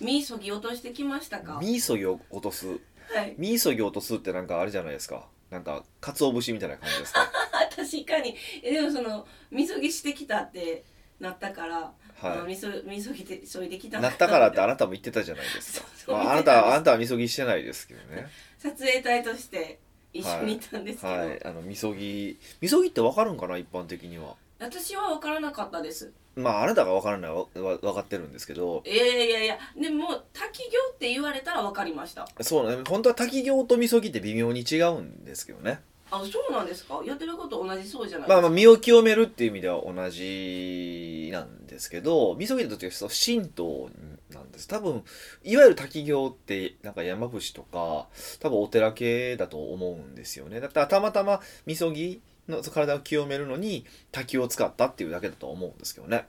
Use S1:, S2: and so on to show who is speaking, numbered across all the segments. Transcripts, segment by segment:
S1: 身そぎ落としてきましたか
S2: 身そぎを落とす
S1: はい
S2: 身そぎを落とすってなんかあれじゃないですかなんか鰹節みたいな感じです か
S1: あ確かにえでもそのみそぎしてきたってなったから、あの
S2: は
S1: みそみそぎてそいでき
S2: い
S1: た
S2: なったからってあなたも言ってたじゃないですか
S1: そう
S2: まあ、あ
S1: 言っ
S2: な
S1: てたんです
S2: たあなたはみそぎしてないですけど ね
S1: 撮影隊として一緒に行ったんですけど、
S2: はいあのみそぎみそぎってわかるんかな一般的には
S1: 私は分からなかったです
S2: まああなたがわからないわわ分かってるんですけど
S1: いやいやいやいやでも滝行って言われたら分かりました
S2: そうね本当は滝行とみそぎって微妙に違うんですけどね
S1: あそうなんですかやってること同じそうじゃないです
S2: ま
S1: か、
S2: あまあ身を清めるっていう意味では同じなんですけどみそぎってどっちかというと神道なんです多分いわゆる滝行ってなんか山伏とか多分お寺系だと思うんですよねだからたまたまみそぎの体を清めるのに滝を使ったっていうだけだと思うんですけどね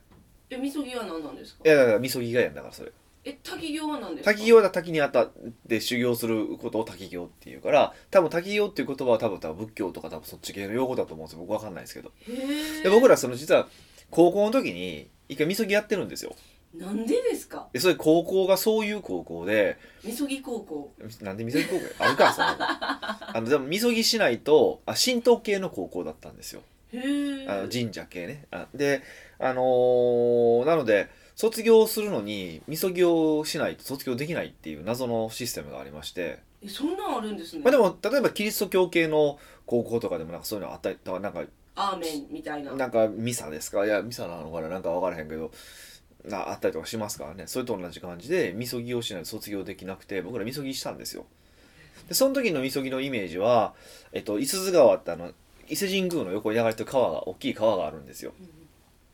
S1: えみそぎは何なんですか
S2: いやいやいやみそぎがやんだからそれ
S1: え滝行は何ですか
S2: 滝行は滝にあたって修行することを滝行っていうから多分滝行っていう言葉は多分多分仏教とか多分そっち系の用語だと思うんですよ僕わかんないですけど
S1: へ
S2: で
S1: え
S2: 僕らその実は高校の時に一回みそぎやってるんですよ
S1: なんでですか
S2: でそれ高校がそういう高校で
S1: みそぎ高校
S2: なんでみそぎ高校やあるかそんなのあのでもみそぎしないとあ神道系の高校だったんですよ
S1: へえ
S2: あの神社系ねあであのーなので卒業するのにみそぎをしないと卒業できないっていう謎のシステムがありまして
S1: えそんなんあるんですね
S2: まあ、でも例えばキリスト教系の高校とかでもなんかそういうのあったりとかなんか
S1: アーメンみたいな
S2: なんかミサですかいやミサなのかななんか分からへんけどなあったりとかしますからねそれと同じ感じでみそぎをしないと卒業できなくて僕らみそぎしたんですよでその時のみそぎのイメージは、えっと、五十鈴川ってあの伊勢神宮の横に流れてる川が大きい川があるんですよ
S1: うん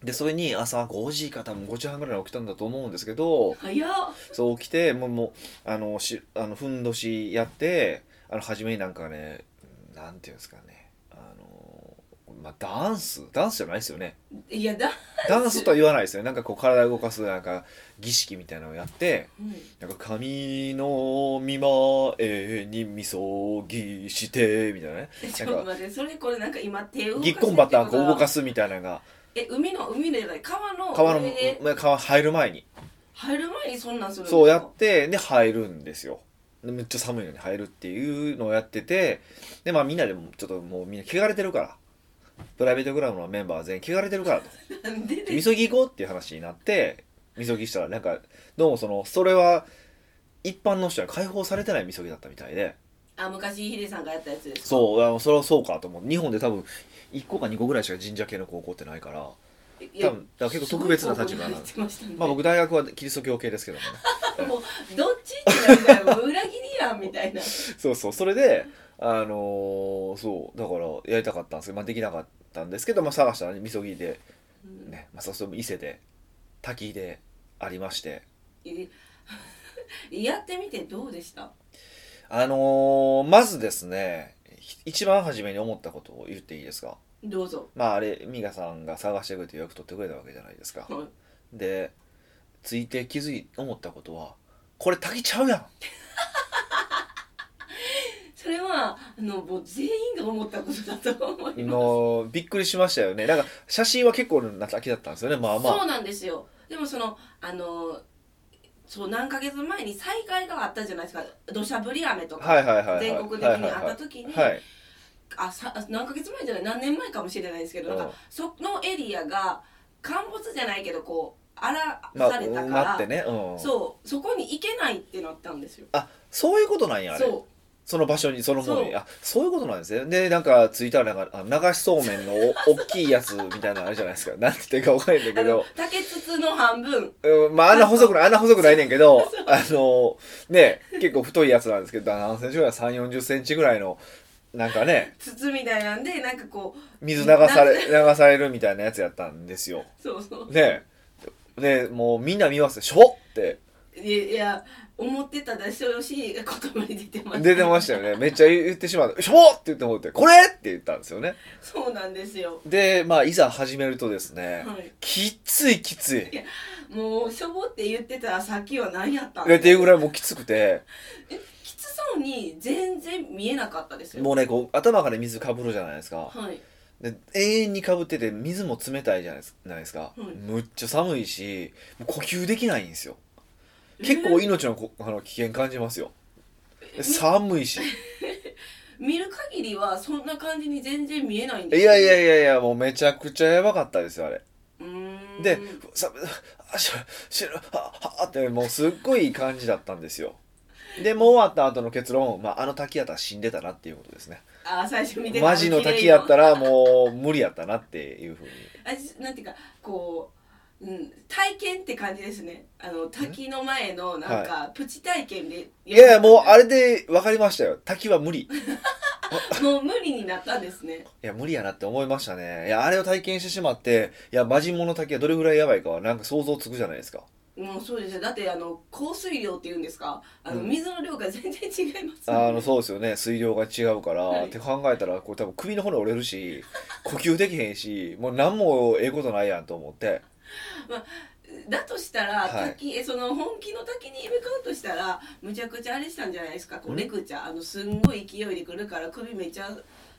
S2: でそれに朝5時か多分5時半ぐらいに起きたんだと思うんですけど
S1: 早っ
S2: そう起きてもうもうあのしあのふんどしやってあの初めになんかねうんなんていうんですかねあのまあダンスダンスじゃないですよね
S1: いやだ、
S2: ダンスとは言わないですよねなんかこう体を動かすなんか儀式みたいなのをやって
S1: うん
S2: なんか髪の見前にみそぎしてみたいなね
S1: えちょっと待ってそれこれなんか今手を動か
S2: ぎ
S1: し
S2: ってこんバターンこう動か
S1: す
S2: すみたいなのが
S1: え海の海で川の
S2: 川の
S1: 上で
S2: 川入る前に
S1: 入る前にそんなんするんですか
S2: そうやってで入るんですよでめっちゃ寒いのに入るっていうのをやっててでまあみんなでもちょっともうみんな汚れてるからプライベートグラムのメンバーは全員汚れてるからと
S1: なんで
S2: み
S1: です
S2: そぎ行こうっていう話になってみそぎしたらなんかどうもそのそれは一般の人は解放されてないみそぎだったみたいで
S1: あ昔ヒデさんがやったやつですか
S2: そうあのそれはそうかと思う日本で多分1個か2個ぐらいしか神社系の高校ってないから
S1: う
S2: 多分だから結構特別な立場な
S1: ま
S2: の
S1: したね
S2: まあ僕大学はキリスト教系ですけど
S1: も
S2: もね
S1: うどっちってなるからもう裏切りやんみたいな
S2: そうそうそれであのーそうだからやりたかったんですけど、まあ、できなかったんですけど、まあ、探したらねみそぎで
S1: うん
S2: ね、まあ、そうそう伊勢で滝でありまして
S1: えやってみてどうでした
S2: あのーまずですねひ一番初めに思ったことを言っていいですか
S1: どうぞ
S2: まああれ美香さんが探してくれて予約取ってくれたわけじゃないですか
S1: はい
S2: でついて気づい思ったことはこれ滝ちゃうやん
S1: それはあのもう全員が思ったことだと思います
S2: のびっくりしましたよねなんか写真は結構な滝だったんですよねまあまあ
S1: そうなんですよでもそのあのそう何ヶ月前に災害があったじゃないですか土砂降り雨とか、
S2: はいはいはいはい
S1: 全国的にあった時に、
S2: はいはいはい
S1: あさ何ヶ月前じゃない何年前かもしれないですけどなん
S2: うん
S1: かそのエリアが陥没じゃないけどこう荒
S2: ま
S1: ら
S2: あ、
S1: されたから、
S2: なってね、うん、
S1: そうそこに行けないってなったんですよ
S2: あそういうことなんやあれ
S1: そ
S2: その場所にそのもの
S1: そ
S2: に
S1: う
S2: あそういうことなんですねでなんか着いたらなんかあ流しそうめんのお大きいやつみたいなのあるじゃないですかなんて言ってるかわかんない
S1: う
S2: ん
S1: あ
S2: だけ
S1: の
S2: ど
S1: 竹筒の半分
S2: うんまあ穴細くない穴細くないねんけどあのね結構太いやつなんですけど何センチぐらい3 4 0センチぐらいのなんかね
S1: 筒みたいなんでなんかこ
S2: 水流され流されるみたいなやつやったんですよ
S1: うそうそう
S2: ねでもうみんな見ますでしょって
S1: いいや思ってた出し惜し い言葉に出てました
S2: 出てましたよねめっちゃ言ってしまうしょって言って思って「これ!」って言ったんですよね
S1: そうなんですよ
S2: でまあいざ始めるとですね、
S1: はい
S2: きっついきつい
S1: やもうしょぼって言ってたらさっきは何やったん
S2: えっていうぐらいもうきつくて
S1: きつそうに全然見えなかったですよ
S2: もうねこう頭から水かぶるじゃないですか
S1: はい
S2: で永遠にかぶってて水も冷たいじゃないですないですか、
S1: はい
S2: むっちゃ寒いしもう呼吸できないんですよ結構命のこあの危険感じますよ寒いし
S1: 見る限りはそんな感じに全然見えないん
S2: い
S1: です
S2: やいやいやいやもうめちゃくちゃやばかったですよあれ
S1: うーん
S2: でさあししははってもうすっごいいい感じだったんですよでもう終わった後の結論、まあ、あの滝やったら死んでたなっていうことですね
S1: あ最初見てた
S2: マジの滝やったらもう無理やったなっていうふうに
S1: あじなんていうかこう、うん、体験って感じですねあの滝の前のなんかプチ体験で
S2: いやいやもうあれで分かりましたよ滝は無理い
S1: もう無理になったんですね
S2: や無理やなって思いましたねいやあれを体験してしまっていやマジモの滝はどれぐらいやばいかはなんか想像つくじゃないですか
S1: もうそうですよだってあの降水量っていうんですかあの
S2: うん
S1: 水の量が全然違いますもんね
S2: あのそうですよね水量が違うから、
S1: はい
S2: って考えたらこれ多分首の骨折れるし呼吸できへんしもう何もええことないやんと思って
S1: だとしたら
S2: はい
S1: 滝、えその本気の滝に向かうとしたらむちゃくちゃあれしたんじゃないですかこ
S2: う
S1: うんレクチャーあのすんごい勢いで来るから首めちゃ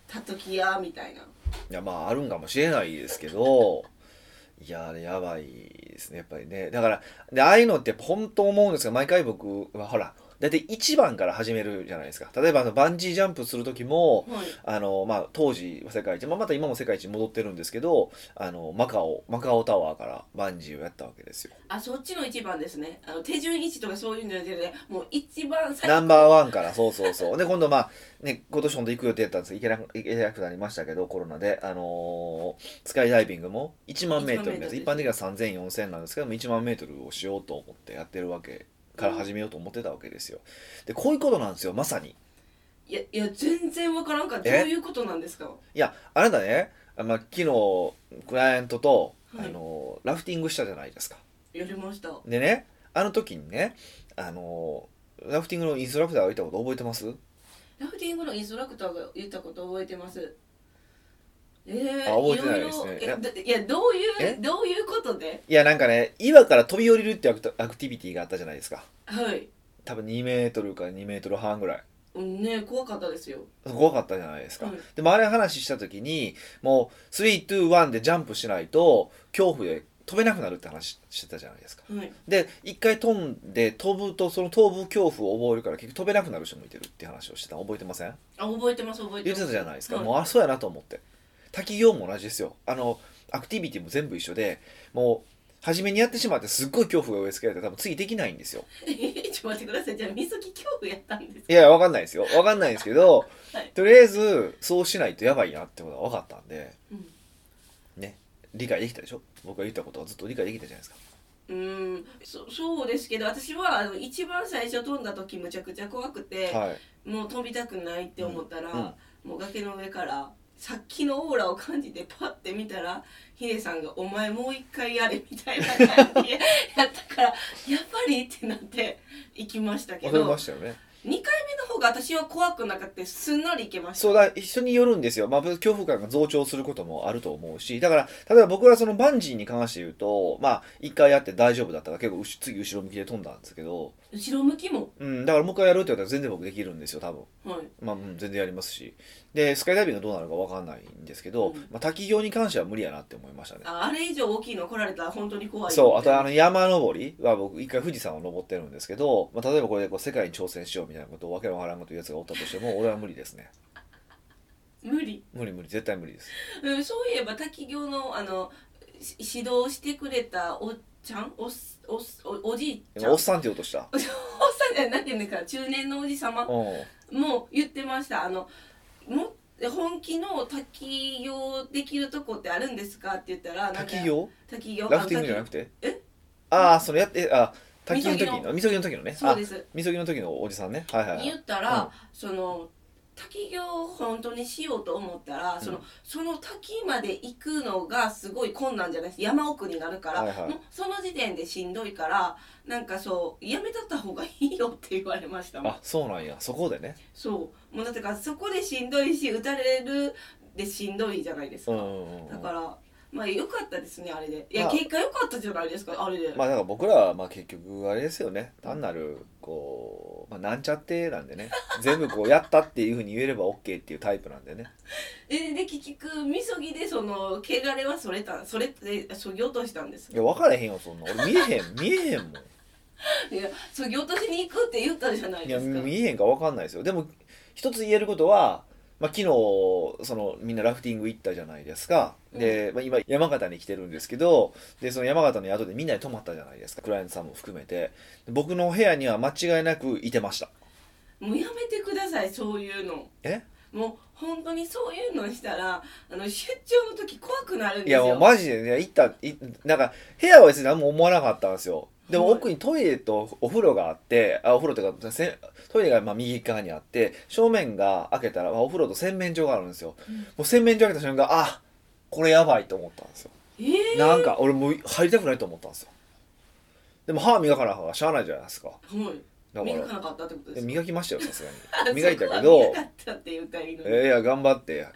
S1: たときやみたいない
S2: やまああるんかもしれないですけどいやあれやばいですねやっぱりねだからでああいうのってやっぱ本当思うんですが毎回僕はほら大体1番から始めるじゃないですか例えばあのバンジージャンプする時も
S1: はい
S2: あの、まあ、当時世界一、まあ、また今も世界一に戻ってるんですけどあのマカオマカオタワーからバンジーをやったわけですよ
S1: あそっちの一番ですねあの手順一とかそういうんじゃなくてもう一番最
S2: ナンバーワンから、そうそうそう。で、今度まあ、ね、今年本当行く予定だったんですけど、行けなく、行けなくなりましたけど、コロナで、あのースカイダイビングも1万メートルのやつ、
S1: 1
S2: 一
S1: 万
S2: 般
S1: メ
S2: 的には3000、4000なんですけども、1万メートルをしようと思ってやってるわけ、から始めようと思ってたわけですよ。で、こういうことなんですよ、まさに。い
S1: いやいや全然わからんからどう
S2: え
S1: いうことなんですか
S2: や、あなたね、あまあ、昨日、クライアントと、
S1: はい
S2: あのーラフティングしたじゃないですか。
S1: やりましたは
S2: でね、あの時にね、あのーラフティングのインストラクターがいたこと覚えてます
S1: ラフティングのインストラクターが言ったこと覚えてますえー、
S2: あ覚えてないですね
S1: いろいろえいやどうい
S2: え
S1: うどういうことで
S2: いやなんかね岩から飛び降りるってアクトアクティビティがあったじゃないですか
S1: はい
S2: 多分2メートルか2メートル半ぐらい
S1: うんね怖かったですよ
S2: 怖かったじゃないですか、
S1: はい
S2: でもあれ話した時にもう321でジャンプしないと恐怖で飛べなくなるって話してたじゃないですか
S1: はい
S2: で一回飛んで飛ぶとその飛ぶ恐怖を覚えるから結局飛べなくなる人もいてるって話をしてたの覚えてません
S1: あ覚えてます覚えて
S2: 言
S1: ます
S2: ってたじゃないですか、
S1: はい
S2: もうあそうやなと思って滝行も同じですよあのアクティビティも全部一緒でもう初めにやってしまってすっごい恐怖が植え付けられて多分次できないんですよ
S1: えちょっと待ってくださいじゃあ水木恐怖やったんです
S2: いや、わかんないですよ。わかんないですけど、
S1: はい
S2: とりあえず、そうしないとやばいなってことが分かったんで、
S1: うん
S2: ね、理解できたでしょ僕が言ったことはずっと理解できたじゃないですか。
S1: うーんそそうですけど私はあの一番最初飛んだ時むちゃくちゃ怖くて、
S2: はい。
S1: もう飛びたくないって思ったら、
S2: うん
S1: もう崖の上からさっきのオーラを感じてパッて見たらヒデさんが「お前もう一回やれ」みたいな感じでや ったから「やっぱり?」ってなって行きましたけ
S2: わかり
S1: ど
S2: ましたよね。
S1: 2回目の方が私は怖くなくてすんなり行けました
S2: そうだ、人によるんですよ。まあ、恐怖感が増長することもあると思うし、だから、例えば僕はそのバンジーに関して言うと、まあ、一回やって大丈夫だったから結構後、次後ろ向きで飛んだんですけど、
S1: 後ろ向きも
S2: うん、だからもう一回やるって言ったら全然僕できるんですよ、多分。
S1: はい
S2: まあ、うん全然やりますし。で、スカイダイビングどうなるかわかんないんですけど、
S1: うん
S2: まあ、滝行に関しては無理やなって思いましたね。
S1: ああれ以上大きいの来られたら本当に怖い
S2: そうあとあ
S1: の
S2: の山登りは僕一回富士山を登ってるんですけど、まあ、例えばこれでこう世界に挑戦しようみたいなことをわけのわからんこと言うやつがおったとしても俺は無理ですね
S1: 無理
S2: 無理無理絶対無理です
S1: うんそういえば滝行のあのし指導してくれたおっちゃんおっすおっすおおじいちゃん
S2: 今お
S1: お
S2: っ
S1: っ
S2: さんって言おうとし
S1: さ
S2: た
S1: んじゃなんていうんですか中年のおじさま
S2: うん
S1: も言ってましたあのも本気の滝行できるとこってあるんですかって言ったらなんか
S2: 滝行
S1: 滝行
S2: ラフティングじゃなく
S1: て
S2: て
S1: え
S2: ああそのやってあ滝の時
S1: 禊
S2: のみそぎの時のね
S1: そうです
S2: みそぎの時のおじさんねはいはい、は
S1: 言
S2: い、
S1: ったら、
S2: うん
S1: その滝行を本当にしようと思ったら、その
S2: うん
S1: その滝まで行くのがすごい困難じゃないです山奥になるから、
S2: はいはい
S1: もうその時点でしんどいからなんかそうやめとった方がいいよって言われましたもん
S2: あそうなんやそこでね
S1: そうもうだってかそこでしんどいし打たれるでしんどいじゃないですか、
S2: うんうんうん
S1: だからまあ良かったですねあれでいや、
S2: まあ
S1: 結果良かったじゃないですかあれで、
S2: まあだから僕らはまあ結局あれですよね単なるこう、まあ、なんちゃってなんでね全部こうやったっていうふうに言えれば OK っていうタイプなんでね
S1: でで結局みそぎでその汚れはそれたそれってそぎ落としたんです
S2: いや分からへんよそんな俺見えへん見えへんもん
S1: いやそうぎ落としに行くって言ったじゃない
S2: いや
S1: ですか
S2: 見えへんか分かんないですよでも一つ言えることは、まあ、昨日そのみんなラフティング行ったじゃないですかで、まあ、今山形に来てるんですけどでその山形の宿でみんなで泊まったじゃないですかクライアントさんも含めてで僕の部屋には間違いなくいてました
S1: もうやめてくださいそういうの
S2: え
S1: もう本当にそういうのしたらあの出張の時怖くなるん
S2: い
S1: です
S2: や
S1: よ
S2: もうマジでね行ったいなんか部屋は別に何も思わなかったんですよでも
S1: はい
S2: 奥にトイレとお風呂があってあお風呂というかせんトイレがまあ右側にあって正面が開けたら、まあ、お風呂と洗面所があるんですよ、
S1: うん
S2: もう洗面所開けた瞬間あこれやばいと思ったんですよ
S1: ええ
S2: なんか俺もう入りたくないと思ったんですよでも歯磨かな歯がしゃあないじゃないですか
S1: はい
S2: だか
S1: 磨からなかったってことで
S2: です
S1: か
S2: 磨きましたよさすがに
S1: あ
S2: 磨いたけ
S1: そこは
S2: ど
S1: 磨かったって言ったらいいの
S2: え
S1: に
S2: ーいや頑張って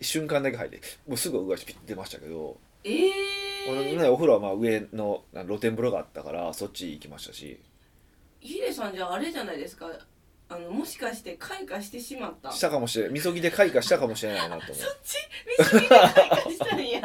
S2: 瞬間だけ入ってもうすぐうがしピッて出ましたけど
S1: え
S2: 俺
S1: え
S2: ねお風呂はまあ上のあ露天風呂があったからそっち行きましたし
S1: ヒデさんじゃああれじゃないですかあのもしかして開花してしまった
S2: し
S1: そった
S2: かもしれないみそぎで開花したかもしれない なと思う
S1: ち水着で開花したん や
S2: い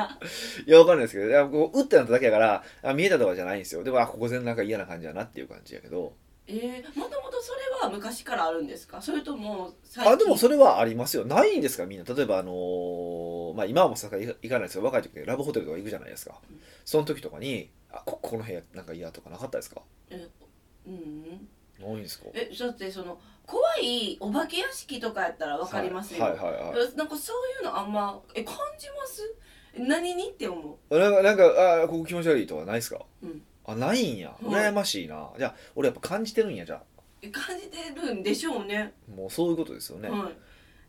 S2: やわかんないですけどいやこう打ってなっただけやからあ見えたとかじゃないんですよでもあここ全然なんか嫌な感じやなっていう感じやけど
S1: ええもともとそれは昔からあるんですかそれとも最
S2: あでもそれはありますよないんですかみんな例えばあのーまあ今はもうさすがに行か行かないですけど若い時にラブホテルとか行くじゃないですかその時とかにあここの部屋なんか嫌とかなかったですか
S1: えうん
S2: ないんですか
S1: えだってその怖いお化け屋敷とかやったらわかりますよ、
S2: はいはいはいはい
S1: なんかそういうのあんまえ感じます何にって思
S2: なんかなんかあーここ気持ち悪いとかないですか、
S1: うん
S2: あないんや
S1: はい
S2: 羨ましいな、じゃあ俺やっぱ感じてるんやじゃあ
S1: う感じてるんでしょうね
S2: もうそういうことですよね、
S1: はい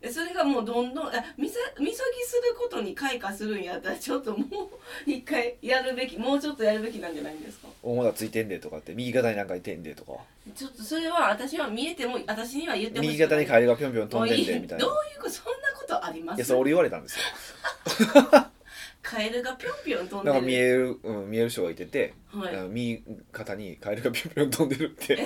S1: えそれがもうどんどんあみさみそぎすることに開花するんやったらちょっともう一回やるべきもうちょっとやるべきなんじゃないんですか
S2: おまだついてんでとかって右肩になんかいてんでとか
S1: ちょっとそれは私は見えても私には言ってほし
S2: 右
S1: い
S2: 肩にカエルがぴょんぴょん飛んでん
S1: もう
S2: で
S1: い
S2: みたい
S1: どう
S2: な
S1: いうことそんなことありま
S2: いや
S1: す
S2: それ俺言われたんですよ
S1: カエルがぴょんぴょん飛んで
S2: な
S1: る
S2: んか見える、うん、見える人がいてて、
S1: はい
S2: あの右肩にカエルがぴょんぴょん飛んでるっ
S1: え
S2: て
S1: え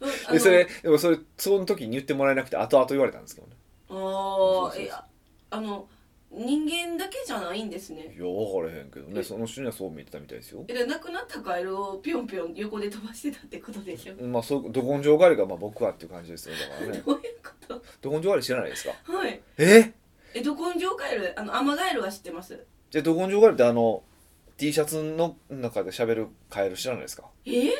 S1: ーうん
S2: でそれでもそれその時に言ってもらえなくて後々言われたんですけどね
S1: あ
S2: そ
S1: あ
S2: うそうそう
S1: いやあの人間だけじゃないんですね
S2: いや分からへんけどね
S1: え
S2: その人にはそう見えてたみたいですよ
S1: えで亡くなったカエルをぴょんぴょん横で飛ばしてたってことでしょ
S2: まあそうど根性ガエルがまあ僕はっていう感じですよ
S1: ど
S2: だ
S1: う
S2: か
S1: いう
S2: らね
S1: こ
S2: ど根性ガエル知らないですか
S1: とはい
S2: え
S1: えど根性カエルあのアマガエルは知ってます
S2: じゃあど根性ガエルってあの T シャツの中で喋るカエル知らないですか
S1: えー、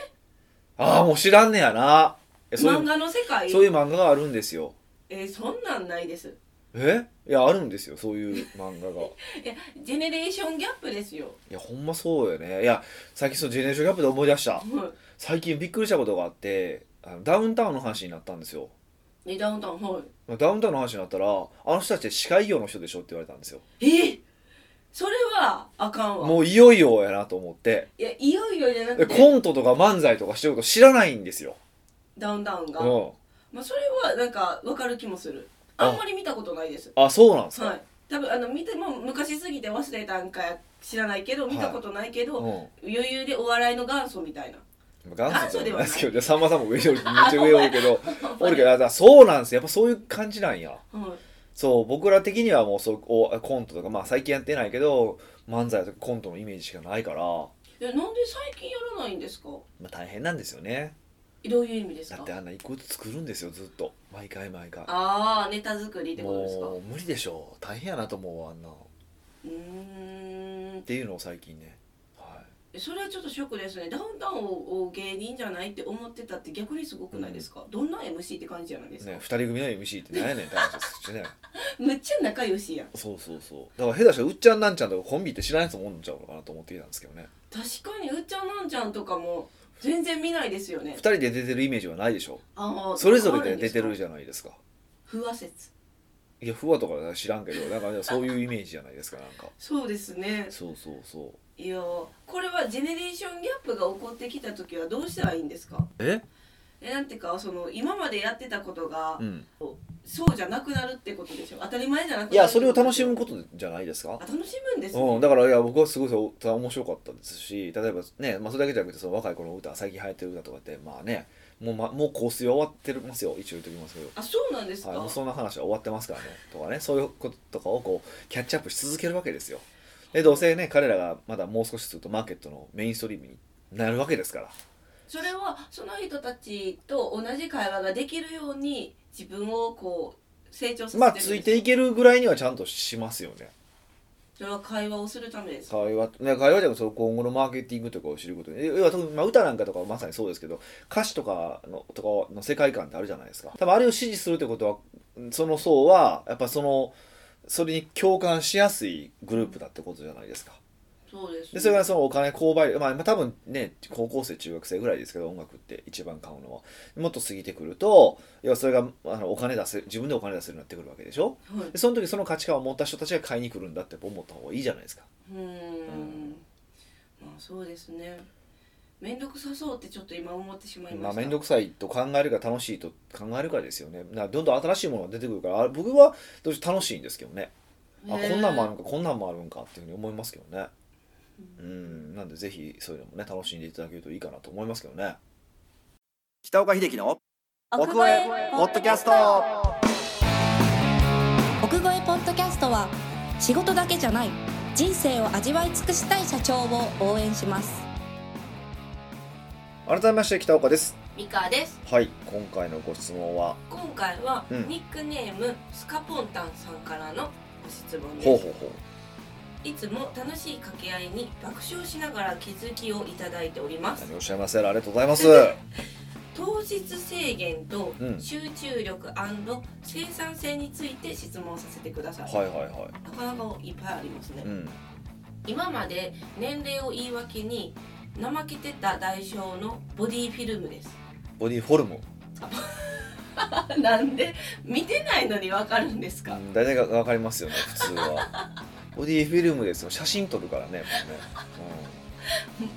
S2: ああもう知らんねやなえそう
S1: 漫
S2: いう
S1: 画の世界
S2: そういう漫画があるんですよ
S1: えーそんなんないです
S2: えいやあるんですよそういう漫画がい
S1: いやジェネレーションギャップですよ
S2: やほんまそうよねいや最近そのジェネレーションギャップで思い出した
S1: は
S2: 最近びっくりしたことがあってあのダウンタウンの話になったんですよ
S1: いねダウンタウンはい
S2: まあダウンタウンの話になったらあの人たちって歯科医業の人でしょって言われたんですよ
S1: えーそれはあかんわ
S2: もういよいよやなと思って
S1: いやいよいよじゃな
S2: で
S1: くて
S2: コントとか漫才とかしてること知らないんですよ
S1: ダウンタウンが、
S2: うん
S1: まあ、それはなんかわかる気もする
S2: あ
S1: あんまり見たことないです
S2: あそうなんですか、
S1: はい、多分あの見ても昔すぎて忘れたんか知らないけど見たことないけど、
S2: うん
S1: 余裕でお笑いの元祖みたいな
S2: 元祖じゃないですけど、さんまさんも上におる、めっ
S1: あ
S2: ちゃ上おるけど、
S1: ほ
S2: お
S1: んま
S2: る
S1: に
S2: けど、あだからそうなんですよ。やっぱそういう感じなんや。
S1: はい
S2: そう、僕ら的にはもうそうお、コントとか、まあ最近やってないけど、漫才とかコントのイメージしかないから、ま
S1: えなんで最近やらないんですか
S2: あ大変なんですよね。
S1: どういう意味です
S2: だ
S1: か
S2: ってあんな一個ずつ作るんですよ、ずっと。毎回毎回。
S1: ああネタ作りってことですか
S2: もう無理でしょう。大変やなと思うわ、あんな。っ
S1: うーん
S2: ていうのを最近ね。は
S1: それはちょっとショックですねダウンタウンを芸人じゃないって思ってたって逆にすごくないですか、どんな MC って感じじゃないで
S2: い。
S1: すか、
S2: ね、二人組の MC って何やねんって話ですしね。
S1: めっちゃ仲良しやん
S2: そうそうそう。だから下手したら、うっちゃんなんちゃんとかコンビって知らないやつもおんちゃうのかなと思ってきたんですけどね。
S1: 確かにうっちゃんなんちゃんとかも全然見ないですよね
S2: 二人で出てるイメージはないでしょ
S1: ああ
S2: それぞれで出てるじゃないですか
S1: 不和説
S2: いや不和とか知らんけどなん かねそういうイメージじゃないですかなんか
S1: そうですね
S2: そうそうそう
S1: いやーこれはジェネレーションギャップが起こってきた時はどうしたらいいんですか
S2: え
S1: えなんていうかその今までやってたことが、
S2: うん
S1: そうじゃなくなるってことでしょ当たり前じゃなくなる
S2: いやそれを楽しむ
S1: こ
S2: ことじゃないですか
S1: と楽しむんですね、
S2: うん、だからいや僕はすごいそう面白かったですし例えばね、まあ、それだけじゃなくてその若い子の歌最近流行ってる歌とかってまあねもう,、ま、もう香水は終わってますよ一応言っておきますけど
S1: あそうなんですか、
S2: はい、もうそんな話は終わってますからねとかねそういうこととかをこうキャッチアップし続けるわけですよでどうせね彼らがまだもう少しするとマーケットのメインストリームになるわけですから
S1: それはその人たちと同じ会話ができるように自分をこう成長させてるんです
S2: まあついていけるぐらいにはちゃんとしますよね
S1: それは会話をするためですか
S2: 会話ね会話でもその今後のマーケティングとかを知ることで要は特に、まあ、歌なんかとかはまさにそうですけど歌詞とかのとかの世界観ってあるじゃないですか多分あれを支持するってことはその層はやっぱそのそれに共感しやすいグループだってことじゃないですか
S1: そうです、
S2: でそれがそのお金購買力まあまあ多分ね高校生中学生ぐらいですけど音楽って一番買うのはもっと過ぎてくると要はそれがあのお金出せる自分でお金出せるようになってくるわけでしょ
S1: はい
S2: でその時その価値観を持った人たちが買いに来るんだって思った方がいいじゃないですか
S1: うーんまあそうですね面倒くさそうってちょっと今思ってしまいま
S2: まあ、
S1: した
S2: 面倒くさいと考えるか楽しいと考えるかですよねなどんどん新しいものが出てくるからあ僕はどうして楽しいんですけどねあ
S1: へえ
S2: こんなんもあるんかこんなんもあるんかっていうふうに思いますけどねうんなんでぜひそういうのもね楽しんでいただけるといいかなと思いますけどね北岡秀樹の
S3: 奥越えポッドキャスト奥越えポッドキャストは仕事だけじゃない人生を味わい尽くしたい社長を応援します
S2: 改めまして北岡です
S1: ミカです
S2: はい今回のご質問は
S1: 今回は
S2: うん
S1: ニックネーム、スカポンタンさんからのご質問です
S2: ほうほうほう
S1: いつも楽しい掛け合いに爆笑しながら気づきをいただいております
S2: 何をおっしゃいませんありがとうございます
S1: 糖質制限と
S2: うん
S1: 集中力生産性について質問させてください、
S2: はいはいは
S1: なかなかいっぱいありますね
S2: い、うん
S1: 今まで年齢を言い訳に怠けてた代償のボディフィルム です
S2: ボディフォルム
S1: なんで見てないのにわかるんですか
S2: うん大体が分かりますよね普通は ボディフィルムですよ写真撮るからねもうね、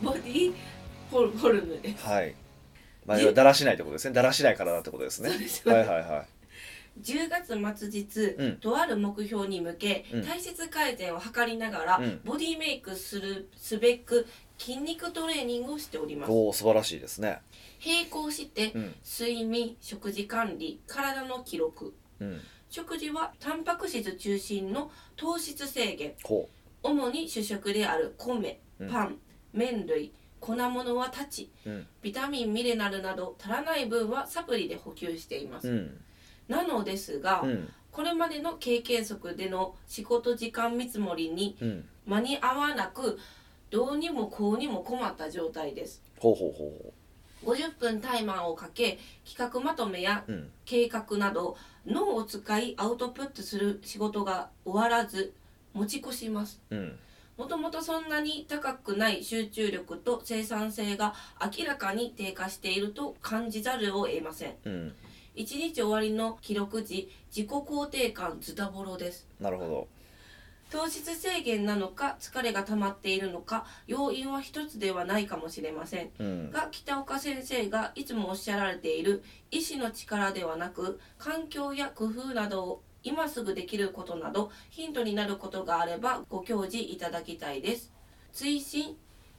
S1: ボディフォルフォルムで
S2: うん、はいまあ
S1: え
S2: 要はだらしないってことですねだらしない体ってことですね
S1: そうです
S2: はいはいは
S1: 10月末日、
S2: うん
S1: とある目標に向け、
S2: うん
S1: 体質改善を図りながら、
S2: うん
S1: ボディメイクするすべく筋肉トレーニングをしており
S2: い
S1: ます
S2: おお素晴らしいですね
S1: 並行して
S2: うん
S1: 睡眠食事管理体の記録
S2: うん
S1: 食事はタンパク質中心の糖質制限
S2: こ
S1: 主に主食である米
S2: うん
S1: パン麺類粉物は立ち
S2: ううん
S1: ビタミンミネラルなど足らない分はサプリで補給していま
S2: う
S1: す、
S2: ん
S1: なのですが、
S2: うん
S1: これまでの経験則での仕事時間見積もりに
S2: うん
S1: 間に合わなくどうにもこうにも困った状態です
S2: ほうほうほ
S1: 50分タイマーをかけ企画まとめや
S2: うほううん
S1: 計画など脳を使いアウトプットする仕事が終わらず持ち越します
S2: うん
S1: もともとそんなに高くない集中力と生産性が明らかに低下していると感じざるを得ません
S2: うん
S1: 1日終わりの記録時自己肯定感ズタボロです
S2: なるほど
S1: 糖質制限なのか疲れが溜まっているのか要因は一つではないかもしれません
S2: うん
S1: が北岡先生がいつもおっしゃられている医師の力ではなく環境や工夫などを今すぐできることなどヒントになることがあればご教示いただきたいです追伸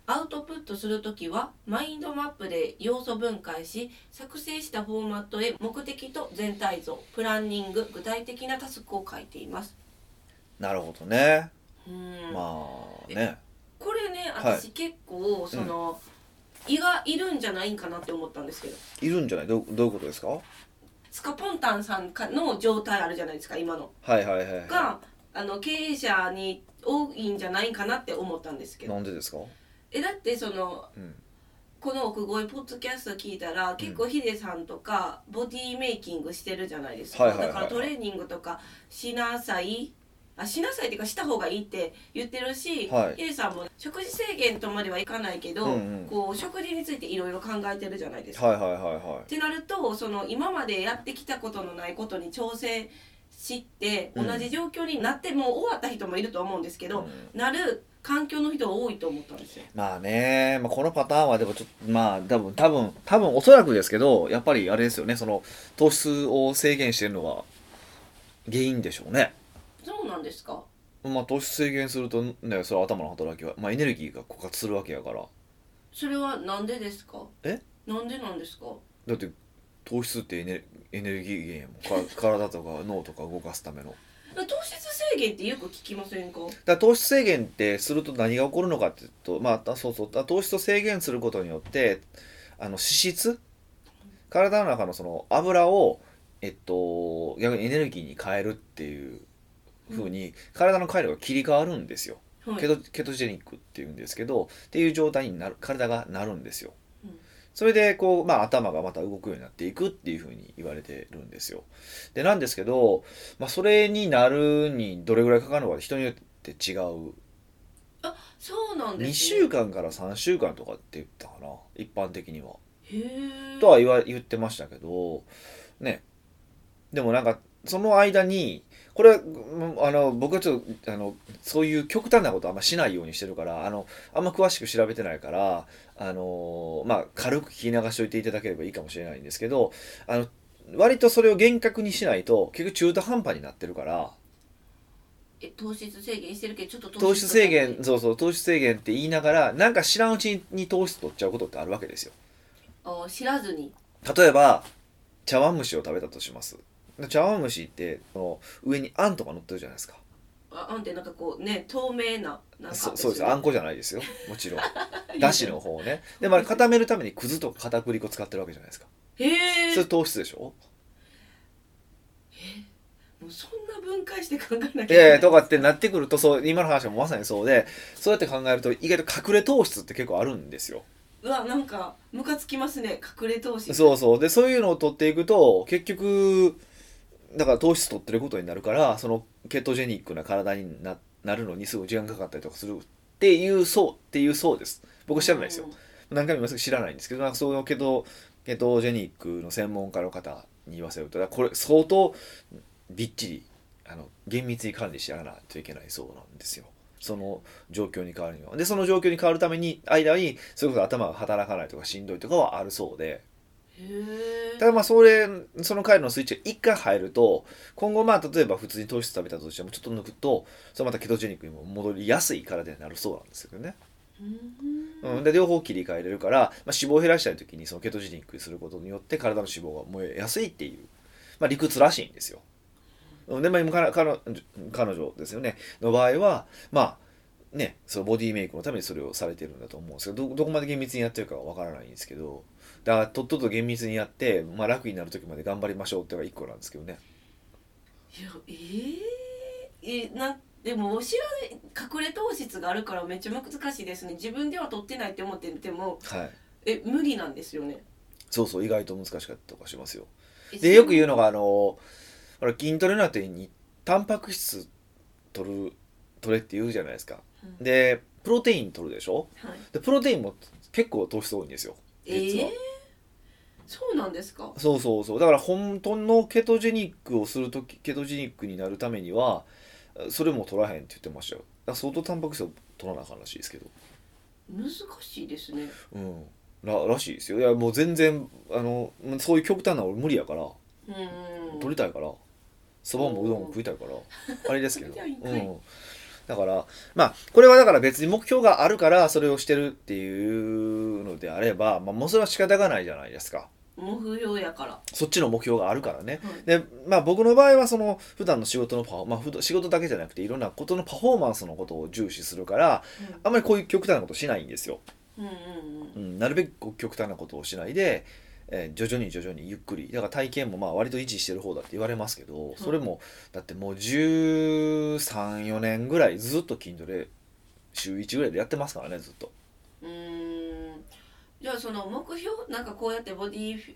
S1: アウトプットするときはマインドマップで要素分解し作成したフォーマットへ目的と全体像プランニング具体的なタスクを書いています
S2: なるほどね
S1: うーん
S2: まあね
S1: これね
S2: はい
S1: 私結構、その、胃がいるんじゃないんかなって思ったんですけど
S2: いるんじゃないどうどういうことですかは
S1: スカポンタンさんかの状態あるじゃないですか今の
S2: いはいはいは
S1: があの経営者に多いんじゃないかなって思ったんです
S2: い
S1: けど
S2: なんでですか
S1: えだってその
S2: うん
S1: この奥越えポッドキャスト聞いたら結構ヒデさんとかボディメイキングしてるじゃないですか、
S2: はいはいはいはい
S1: だからトレーニングとかしなさいあしなさいっていうかした方がいいって言ってるし、
S2: はい
S1: ヒデさんも食事制限とまではいかないけど、
S2: うんうん
S1: こう食事についていろいろ考えてるじゃないですか
S2: はいはいはいは
S1: ってなるとその今までやってきたことのないことに挑戦して
S2: う
S1: 同
S2: ん
S1: じ状況になってもう終わった人もいると思うんですけ
S2: い
S1: ど、
S2: うん
S1: なる環境の人が多いと思ったんですよ。
S2: まあね、まあ、このパターンはでもちょっとまあ多分多分多分おそらくですけどやっぱりあれですよねその糖質を制限してるのが原因でしょうね。
S1: そうなんですか
S2: まあ糖質制限するとねそれは頭の働きは、まあ、エネルギーが枯渇するわけやから
S1: それはなんでですか
S2: え
S1: なんでなんですか
S2: だって糖質ってエネエネルギー源やもんか 体とか脳とか動かすための。
S1: 糖質制限ってよく聞きませんか
S2: だから糖質制限ってすると何が起こるのかっていうと、まあ、あそうそうあ糖質を制限することによってあの脂質体の中のその油をえっと逆にエネルギーに変えるっていう風に体の回路が切り替わるんですよ、
S1: はい
S2: ケトケトジェニックっていうんですけどっていう状態になる体がなるんですよ、
S1: うん
S2: それでこう、まあ、頭がまた動くようになっていくっていう風に言われてるんですよでなんですけど、まあ、それになるにどれぐらいかかるのかって人によって違う
S1: そうなんです、
S2: 2週間から3週間とかって言ったかな一般的には
S1: へえ
S2: とは言わ言ってましたけどねでもなんかその間にこれはうんあの僕はちょっとあのそういう極端なことあんましないようにしてるからあのあんま詳しく調べてないからあのまあ軽く聞き流しておいていただければいいかもしれないんですけどあの割とそれを厳格にしないと結局中途半端になってるから
S1: え糖質制限してるけどちょっと
S2: 糖質制限
S1: 取っ
S2: そうそう糖質制限って言いながらなんか知らんうちに糖質取っちゃうことってあるわけですよ
S1: たあー知らずに
S2: 例えば茶碗蒸しを食べたとします茶碗蒸しってその上にあんとか乗ってるじゃないですか
S1: ああんってなんかこうね透明ななんか
S2: そそうですあ
S1: あ
S2: んこじゃないですよも ちろんだしの方ねでもあれ固めるためにくずとか片栗粉使ってるわけじゃないですか
S1: へえ
S2: それ糖質でしょ
S1: もうそんな分解して考えなきゃいけない
S2: いやいやとかってなってくるとそう今の話はまさにそうでそうやって考えると意外と隠れ糖質って結構あるんですよ
S1: うわなんかムカつきますね隠れ投資
S2: そうそうでそういうのを取っていくと結局だから糖質取ってることになるからそのケトジェニックな体にななるのにすごい時間かかったりとかするっていうそうっていうそうです僕知らないですよ、何回も言いますけど知らないんですけどなんかそのケトケトジェニックの専門家の方に言わせるとだからこれ相当びっちりあの厳密に管理しやらないといけないそうなんですよその状況に変わるにはでその状況に変わるために間にそれこそ頭が働かないとかしんどいとかはあるそうで
S1: うんへえ
S2: ただまあそれその回路のスイッチが1回入ると今後まあ例えば普通に糖質食べたとしてもちょっと抜くとそれまたケトジェニックにも戻りやすい体になるそうなんですけどね、うん、で両方切り替えれるから、まあ、脂肪を減らしたい時にそのケトジェニックにすることによって体の脂肪が燃えやすいっていう、まあ、理屈らしいんですよ。うんでまあ、今から彼女彼女ですよねの場合はまあね、そのボディメイクのためにそれをされてるんだと思うんですけどどどこまで厳密にやってるかはわからないんですけどだからとっとと厳密にやって、まあ、楽になる時まで頑張りましょうっていうのが1個なんですけどね
S1: いやえー、えなでもお知ら隠れ糖質があるからめっちゃ難しいですね自分では取ってないって思ってても
S2: はい
S1: え無理なんですよね
S2: そうそう意外と難しかったりとかしますよ
S1: え
S2: でよく言う
S1: の
S2: のがあのほら筋トレの後にタンパク質取る取れって言うじゃないですか
S1: うん
S2: でプロテイン取るでしょ
S1: はい
S2: でプロテインも結構糖質多いんですよ
S1: え
S2: 実は
S1: ー、そうなんですか
S2: そうそうそうだから本当のケトジェニックをするときケトジェニックになるためにはそれも取らへんって言ってましたよだから相当タンパク質を取らなあかんらしいですけど
S1: 難しいですね
S2: うんららしいですよいやもう全然あのそういう極端な俺無理やから
S1: うーん
S2: 取りたいからそばもうどんも食いたいからあれ ですけど、
S1: 食いた
S2: う
S1: いんかい
S2: ん、だからまあこれはだから別に目標があるからそれをしてるっていうのであれば、まあ、もうそれは仕方がないじゃないですか
S1: 目標やから、は
S2: そっちの目標があるからね
S1: い、
S2: でまあ僕の場合はその普段の仕事のパフォー、まあふど、仕事だけじゃなくていろんなことのパフォーマンスのことを重視するからあんまりこういう極端なことしないんですよ、
S1: うんうんうん
S2: うん、なるべくこう極端なことをしないで、えー徐々に徐々にゆっくりだから体験もまあ割と維持してる方だって言われますけどそれもだってもう134年ぐらいずっと筋トレ週1ぐらいでやってますからねずっと
S1: うーんじゃあその目標なんかこうやってボディ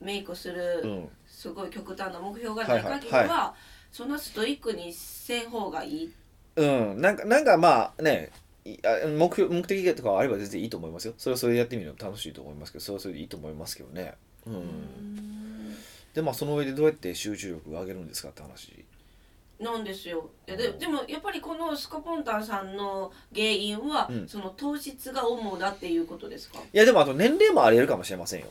S1: メイクす
S2: う
S1: る
S2: ん
S1: すごい極端な目標がない限り
S2: はいはい
S1: はそんなストイックにせん方がいい
S2: うん、なんか、なんかまあね、いあ目標、目的とかあれば全然いいと思いますよ。それはそれでやってみるの楽しいと思いますけど、それはそれでいいと思いますけどね。うん。で、まあその上でどうやって集中力を上げるんですかって話。
S1: なんですよいやででもやっぱりこのスカポンタンさんの原因は、
S2: うん
S1: その糖質が主だっていうことですか
S2: いや、でもあと年齢もあり得るかもしれませんよ。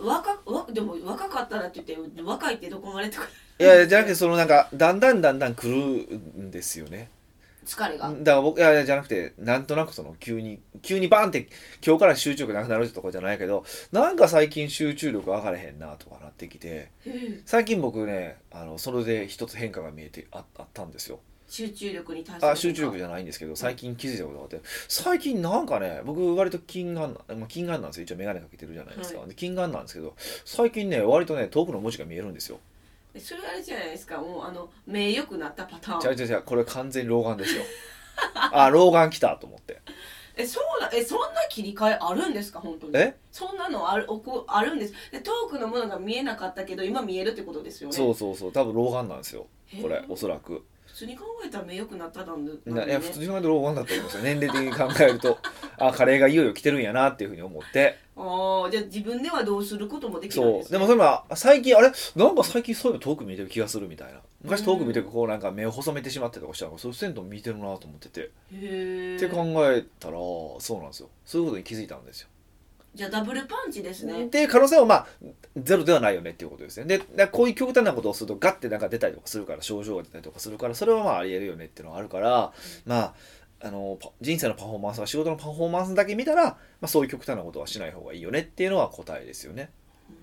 S1: 若若でも若かったらって言って若いってどこまでとか
S2: いや、じゃなくて、そのなんか、だんだんだんだん来るんですよね。
S1: 疲れ
S2: だ
S1: が、
S2: から僕、いやいや、じゃなくて、なんとなくその、急に、急にバーンって、今日から集中力なくなるとかじゃないけど、なんか最近集中力上がれへんなとかなってきて、
S1: へえ
S2: 最近僕ねあのそれで一つ変化が見えてああったんですよ
S1: 集中力に対する
S2: あ集中力じゃないんですけど最近気づいたことがあって最近なんかね僕割と近眼な、まあ、近眼なんですよ一応眼鏡かけてるじゃないですか、
S1: は
S2: で近眼なんですけど最近ね割とね遠くの文字が見えるんですよ
S1: えそれあれじゃないですかもうあの目良くなったパタ
S2: 違
S1: ー
S2: う
S1: ン
S2: 違う違うこれ完全に老眼ですよ あ老眼来たと思って
S1: えそうなえそんな切り替えあるんですか本当に
S2: え
S1: そんなのあるおこあるんですで遠くのものが見えなかったけど今見えるってことですよね
S2: そうそうそう多分老眼なんですよ
S1: へー
S2: これおそらく
S1: 普通に考えたら目良くなったなんでなん
S2: い
S1: で
S2: や
S1: ね
S2: 普通に考えて老眼だと思うんですよ年齢的に考えると あカレーがいよいよ来てるんやなっていうふうに思って
S1: ああじゃあ自分ではどうすることもできたん
S2: そ
S1: で
S2: う
S1: す、
S2: で
S1: ね、
S2: もそれも最近あれなんか最近そういえば遠く見てる気がするみたいな昔遠く見てるこうなんか目を細めてしまってとかしたのがそうせんと見てるなと思ってて、
S1: へ
S2: って考
S1: え
S2: えたらそうなんですよそういうことに気づいたんですよ
S1: じゃあダブルパンチですね
S2: で可能性はまあゼロではないよねっていうことですねででこういう極端なことをするとガッてなんか出たりとかするから症状が出たりとかするからそれはまあありえるよねっていうのがあるから、まああのパ人生のパフォーマンスは仕事のパフォーマンスだけ見たら、まあ、そういう極端なことはしない方がいいよねっていうのは答えですよね。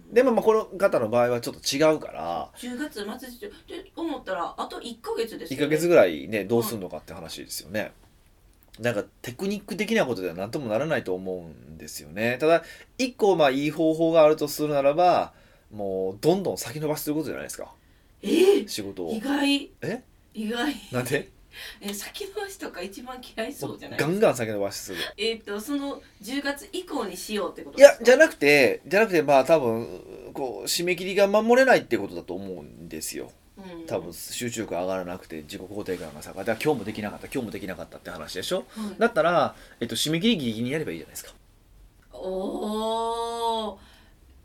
S2: でもまあこの方の場合はちょっと違うから
S1: 10月末でしょって思ったらあと1ヶ月です
S2: 1
S1: よ、
S2: ヶ
S1: ね、
S2: 月ぐらいねどうすんのかって話ですよね。なんかテクニック的なことでは何ともならないと思うんですよね。ただ一個まあいい方法があるとするならばもうどんどん先延ばしすることじゃないですか
S1: えー
S2: 仕事を
S1: 意。外
S2: え
S1: 意外
S2: なんで
S1: え先延ばしとか一番嫌いそうじゃない
S2: ガンガン先延ばしする。
S1: えっ、とその10月以降にしようってこと
S2: いやじゃ
S1: な
S2: なくてじゃなくてまあ多分こう締め切りが守れないってことだと思うんですよ。
S1: うん
S2: 多分集中力が上がらなくて自己肯定感が下がってあ今日もできなかった今日もできなかったって話でしょ
S1: はい
S2: だったら、えっと、締め切りギリギリにやればいいじゃないですか
S1: おお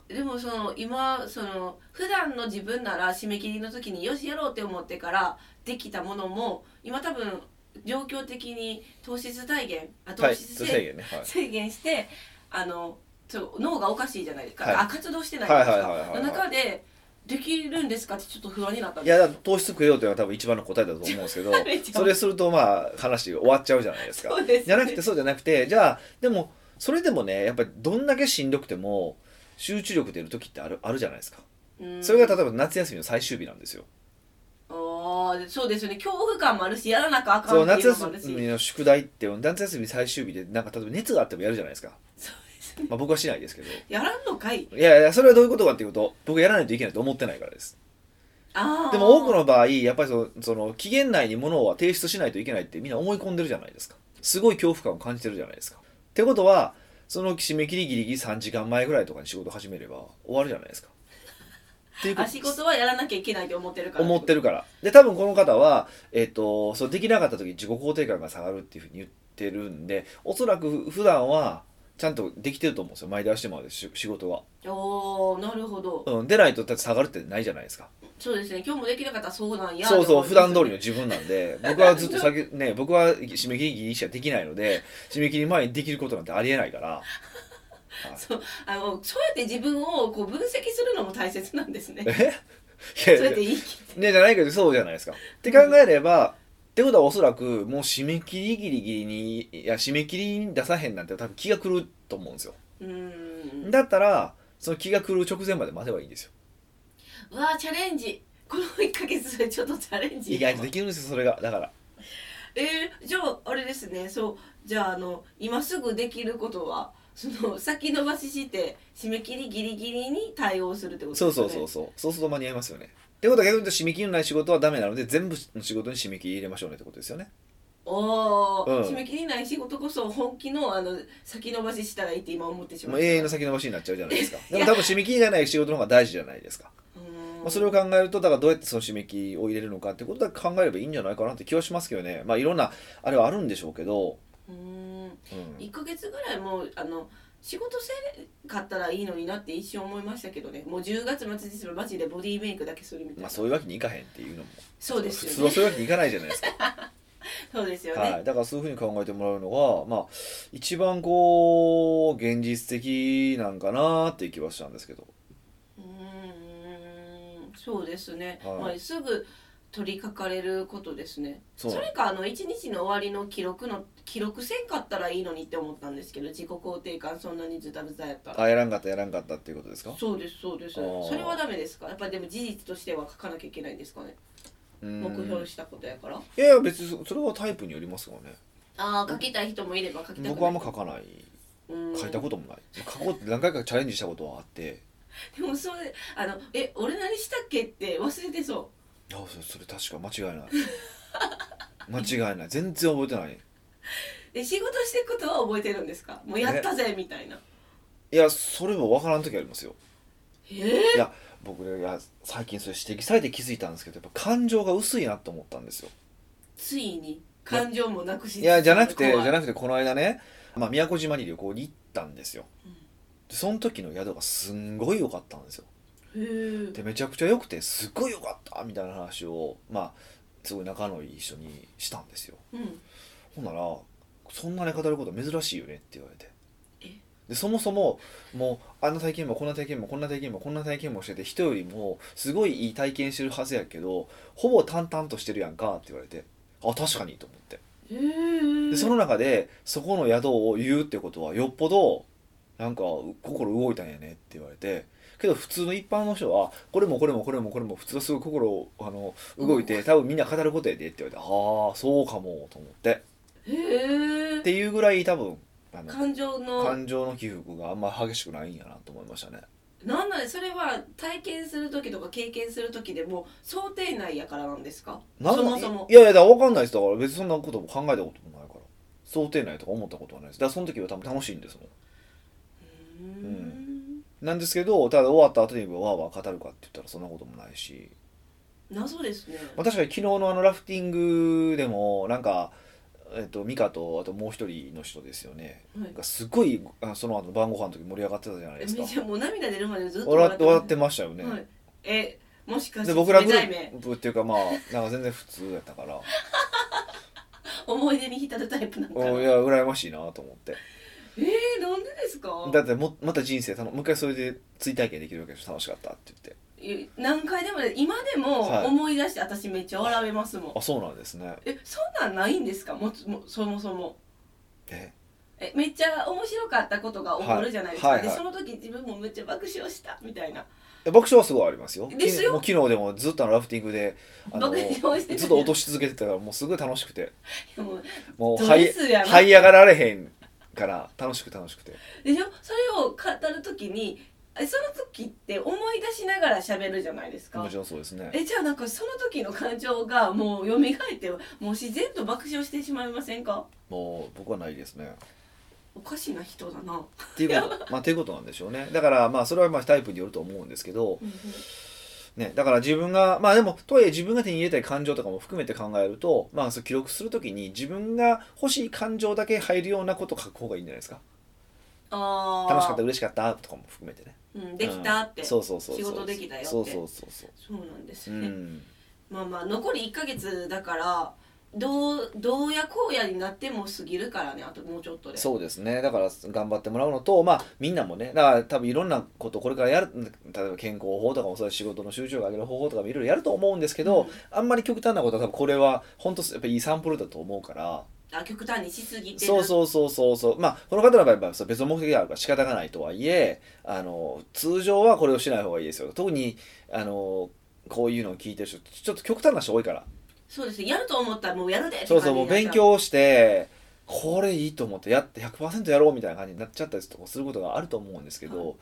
S1: でもその今その普段の自分なら締め切りの時によしやろうって思ってからできたものも今多分状況的に糖質体減あ糖
S2: はい
S1: 質制,、
S2: 制限ね、はい、
S1: 制限してあのそう脳がおかしいじゃないですか、
S2: はい
S1: あ活動してないじゃないです
S2: はいはいはい
S1: か
S2: はい
S1: の中でできるんですかってちょっと不安になったん
S2: い
S1: です
S2: やだから糖質食えようというのは多分一番の答えだと思うんですけど
S1: れ 一番
S2: それするとまあ話終わっちゃうじゃないですか
S1: そうですね
S2: じゃなくてそうじゃなくてじゃあでもそれでもねやっぱりどんだけしんどくても集中力出る時ってあるあるじゃないですか
S1: うん
S2: それが例えば夏休みの最終日なんですよ、
S1: あーそうですよね恐怖感もあるしやらなきゃあか
S2: そうん
S1: ってい
S2: 夏
S1: うのも
S2: 休
S1: あるし
S2: みの宿題って夏休み最終日でなんか例えば熱があってもやるじゃないですか、
S1: そうです
S2: まあ、僕はしないですけど
S1: やらんのかい
S2: いやいやそれはどういうことかっていうと僕やらないといけないと思ってないからです
S1: あー
S2: でも多くの場合やっぱりそのその期限内に物は提出しないといけないってみんな思い込んでるじゃないですかすごい恐怖感を感じてるじゃないですかってことはその締め切りギリギリ3時間前ぐらいとかに仕事始めれば終わるじゃないですかっていうこ
S1: あ
S2: と
S1: 仕事はやらなきゃいけないと思ってるから
S2: 思ってるからで多分この方は、えっとそうできなかった時に自己肯定感が下がるっていうふうに言ってるんでおそらく普段はちゃんとできてると思うんですよ前倒しでもあるし仕事は、
S1: おーなるほど
S2: うん、でないとだって下がるってないじゃないですか
S1: そうですね今日もできなかったらそうなんや
S2: そうそう普段通りの
S1: の
S2: 自分なんで僕はずっと先ね僕は締め切りギリしかできないので締め切り前にできることなんてありえないから
S1: そうあのそうやって自分をこう分析するのも大切なんですね
S2: え
S1: そう
S2: い
S1: や
S2: や
S1: っ
S2: い
S1: て
S2: や
S1: 言い切って
S2: ねじゃないけどそうじゃないですかって考えれば、ってことはおそらくもう締め切りギリギリにいや締め切りに出さへんなんて多分気が狂うと思うんですよ
S1: うーん
S2: だったらその気が狂う直前まで待てばいいんですよ
S1: うわーチャレンジこの1ヶ月でちょっとチャレンジ
S2: 意外とできるんですよそれがだから
S1: えー、じゃああれですねそうじゃああの今すぐできることはその先延ばしして締め切りギリギリに対応するってことです
S2: そ
S1: ね
S2: うそうそうそうそうすると間に合いますよねってことは逆に言うと締め切りのない仕事はダメなので全部の仕事に締め切り入れましょうねってことですよね
S1: おー
S2: うん
S1: 締め切りない仕事こそ本気のあの先延ばししたらいいって今思ってしま
S2: も
S1: っ
S2: う
S1: た
S2: 永遠の先延ばしになっちゃうじゃないですか
S1: いや
S2: でも多分締め切りがない仕事の方が大事じゃないですか、
S1: うー
S2: まあ、
S1: ん
S2: それを考えるとだからどうやってその締め切りを入れるのかってことだけ考えればいいんじゃないかなって気はしますけどねまあいろんなあれはあるんでしょうけど、
S1: うーん
S2: うん
S1: 1ヶ月ぐらいもうあの仕事せんかったらいいのになって一瞬思いましたけどねもう10月末ですらマジでボディメイクだけするみたいな、
S2: まあ、そういうわけにいかへんっていうのも
S1: そうで
S2: 普
S1: す
S2: 通
S1: よ
S2: は
S1: ね
S2: そういうわけにいかないじゃないですか、
S1: そうですよね、
S2: はい、だからそういうふうに考えてもらうのがまあ一番こう現実的なんかなっていう気はしたんですけど
S1: うーんそうですね、
S2: はい
S1: まあ、すぐ取り掛かれることですね
S2: そ
S1: そうれかあの一日の終わりの記録の記録せんかったらいいのにって思ったんですけど自己肯定感そんなにズタズタやったら
S2: あやらんかったやらんかったっていうことですか
S1: そうですそうです
S2: あー
S1: それはダメですかやっぱりでも事実としては書かなきゃいけないんですかね
S2: うん
S1: 目標にしたことやから
S2: いやいや別にそそれはタイプによりますからね
S1: ああ書きたい人もいれば書きたくない
S2: 僕はあんま書かない書いたこともない書こうって何回かチャレンジしたことはあって
S1: とでもそれあの「え俺何したっけ?」って忘れてそ
S2: あそそれ確か間違い ない間違いない全然覚えてないう
S1: で仕事してることは覚えてるんですかもうやったぜみたいない
S2: やそれも分からん時ありますよ
S1: え
S2: いや僕いや最近それ指摘されて気づいたんですけどやっぱ感情が薄いなと思ったんですよ
S1: ついに感情もなくし
S2: いやじゃなくてじゃ
S1: な
S2: なくてこの間ね、まあ、宮古島に旅行に行ったんですよ、
S1: うん
S2: でその時の宿がすんごい良かったんですよ
S1: へえ
S2: でめちゃくちゃ良くてすっごい良かったみたいな話をまあすごい仲のいい人にしたんですよ
S1: うん
S2: ほんなら「そんなに語ること珍しいよね」って言われて
S1: え
S2: でそもそももうあんな体験もこんな体験もこんな体験もこんな体験もしてて人よりもすごいいい体験してるはずやけどほぼ淡々としてるやんかって言われてあ確かにと思って
S1: へ
S2: で
S1: え
S2: その中でそこの宿を言うってことはよっぽどなんか心動いたんやねって言われてけど普通の一般の人はこれもこれもこれもこれも普通はすごい心をあの動いて多分みんな語ることやでって言われてああそうかもと思って
S1: へえ
S2: っていうぐらい多分あの
S1: 感情の
S2: 感情の起伏があんまり激しくないんやなと思いましたね
S1: なんなんそれは体験する時とか経験する時でも想定内やからなんですか
S2: なん
S1: そもそも
S2: いやいやだから分かんないですだから別にそんなことも考えたこともないから想定内とか思ったことはないですだからその時は多分楽しいんですもん
S1: うーん
S2: なんですけどただ終わった後にわーわー語るかって言ったらそんなこともないし、
S1: 謎ですね
S2: まあ、確かに昨日のあのラフティングでもなんか、えっとミカとあともう一人の人ですよね
S1: はい
S2: がすごいあその後の晩ご飯の時盛り上がってたじゃない
S1: え
S2: ですか
S1: めちゃもう涙出るまでずっと
S2: 笑って笑って
S1: ま
S2: ましたよね、
S1: はい、えもしかして
S2: で僕ら
S1: 冷
S2: グル
S1: たい目
S2: ープっていうかまあなんか全然普通やっ たから
S1: 思い出に浸るタイプなんかな
S2: おいや羨ましいなと思って
S1: えー、なんでですか
S2: だってもまた人生たのもう一回それで追体験できるわけでしょ楽しかったって言って
S1: い何回でも今で
S2: はい
S1: も思い出して私めっちゃ笑えますもん、
S2: あそうなんですね
S1: えそんなんないんですかもつもそもそも
S2: え
S1: えめっちゃ面白かったことが起こるじゃないですか、
S2: はいはいはい
S1: でその時自分もめっちゃ爆笑したみたいな
S2: 爆笑はすごいありますよ
S1: ですよ
S2: もう昨日でもずっとあのラフティングであの
S1: 爆笑して
S2: ずっと落とし続けてたからもうすごい楽しくて
S1: でも
S2: もう
S1: ド
S2: はい
S1: レスやな
S2: 這い上がられへんから楽しく楽しくて
S1: でしょそれを語る時にえその時って思い出しながら喋るじゃないですか
S2: もちろんそうですね
S1: えじゃあなんかその時の感情がもう蘇ってもう自然と爆笑してしまいませんか
S2: もう僕はないですね
S1: おかしな人だな、
S2: っていうことまあっていうことなんでしょうねだからまあそれはまあタイプによると思うんですけど、ね、だから自分がまあでもとはいえ自分が手に入れたい感情とかも含めて考えるとまあそう記録するときに自分が欲しい感情だけ入るようなことを書く方がいいんじゃないですか
S1: あー
S2: 楽しかった嬉しかったとかも含めてね
S1: うん、できたって、
S2: うん
S1: そ
S2: そううそうそうそ
S1: 仕
S2: う
S1: 事できたよって
S2: そうそうそうそう
S1: なんです
S2: う
S1: よね、
S2: ん、
S1: まあまあ残り1ヶ月だからどうどうやこうやになっても過ぎるからねあともうちょっとで
S2: そうですねだから頑張ってもらうのとまあみんなもねだから多分いろんなことをこれからやる例えば健康法とかもそうだし仕事の集中力を上げる方法とかもいろいろやると思うんですけど、
S1: うん
S2: あんまり極端なことは多分これは本当やっぱいいサンプルだと思うから
S1: あ極端にしすぎてる
S2: そうそうそうそうそうまあこの方の場合は別の目的があるから仕方がないとはいえあの通常はこれをしない方がいいですよ特にあのこういうのを聞いてる人ちょっと極端な人多いから
S1: そうですねやると思ったらもうやるでって
S2: そう
S1: 感じ
S2: そうもう
S1: になっちゃ
S2: 勉強をしてこれいいと思ってやって100%やろうみたいな感じになっちゃったりとかすることがあると思うんですけど、
S1: は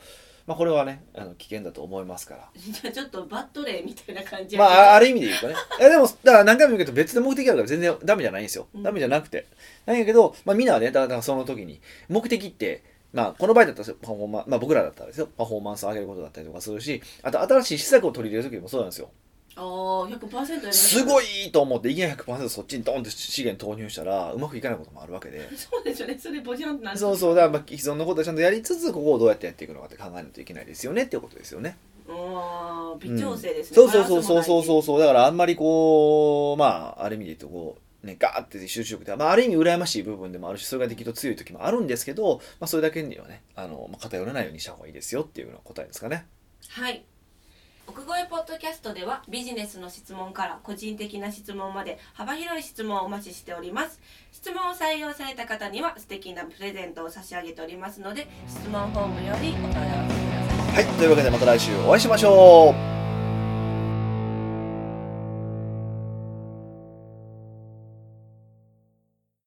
S2: まあこれはねあの危険だと思いますから。
S1: じゃあちょっとバットレーみたいな感じ
S2: まあ、ああ
S1: れ
S2: る意味で言 うとね。いやでも、だから何回も言うけど、別で目的があるから全然ダメじゃないんですよ。
S1: うん
S2: ダメじゃなくて。なんやけど、まあ、みんなはね、だからだからその時に、目的って、まあ、この場合だったらパフォーマンまあ、僕らだったらですよ、パフォーマンスを上げることだったりとかするし、あと、新しい施策を取り入れる時もそうなんですよ。
S1: あー100%やり
S2: すご
S1: い
S2: いと思って、いきなり100%そっちにドンって資源投入したら、うまくいかないこともあるわけで。
S1: そうですよねそれボジャンってなる
S2: そうそう、だから、まあ、既存のことをちゃんとやりつつ、ここをどうやってやっていくのかって考えないといけないですよねっていうことですよね。
S1: あー微調整ですね、
S2: そうそうそうそうそう
S1: う
S2: そうそうだからあんまりこうまあある意味で言うとこうねガーって集中力って、まあ、ある意味羨ましい部分でもあるしそれができると強い時もあるんですけど、まあ、それだけにはねあの、まあ、偏らないようにした方がいいですよっていうような答えですかね
S1: はい奥越えポッドキャストではビジネスの質問から個人的な質問まで幅広い質問をお待ちしております質問を採用された方には素敵なプレゼントを差し上げておりますので質問フォームよりお問い合わせください
S2: はいというわけでまた来週お会いしましょう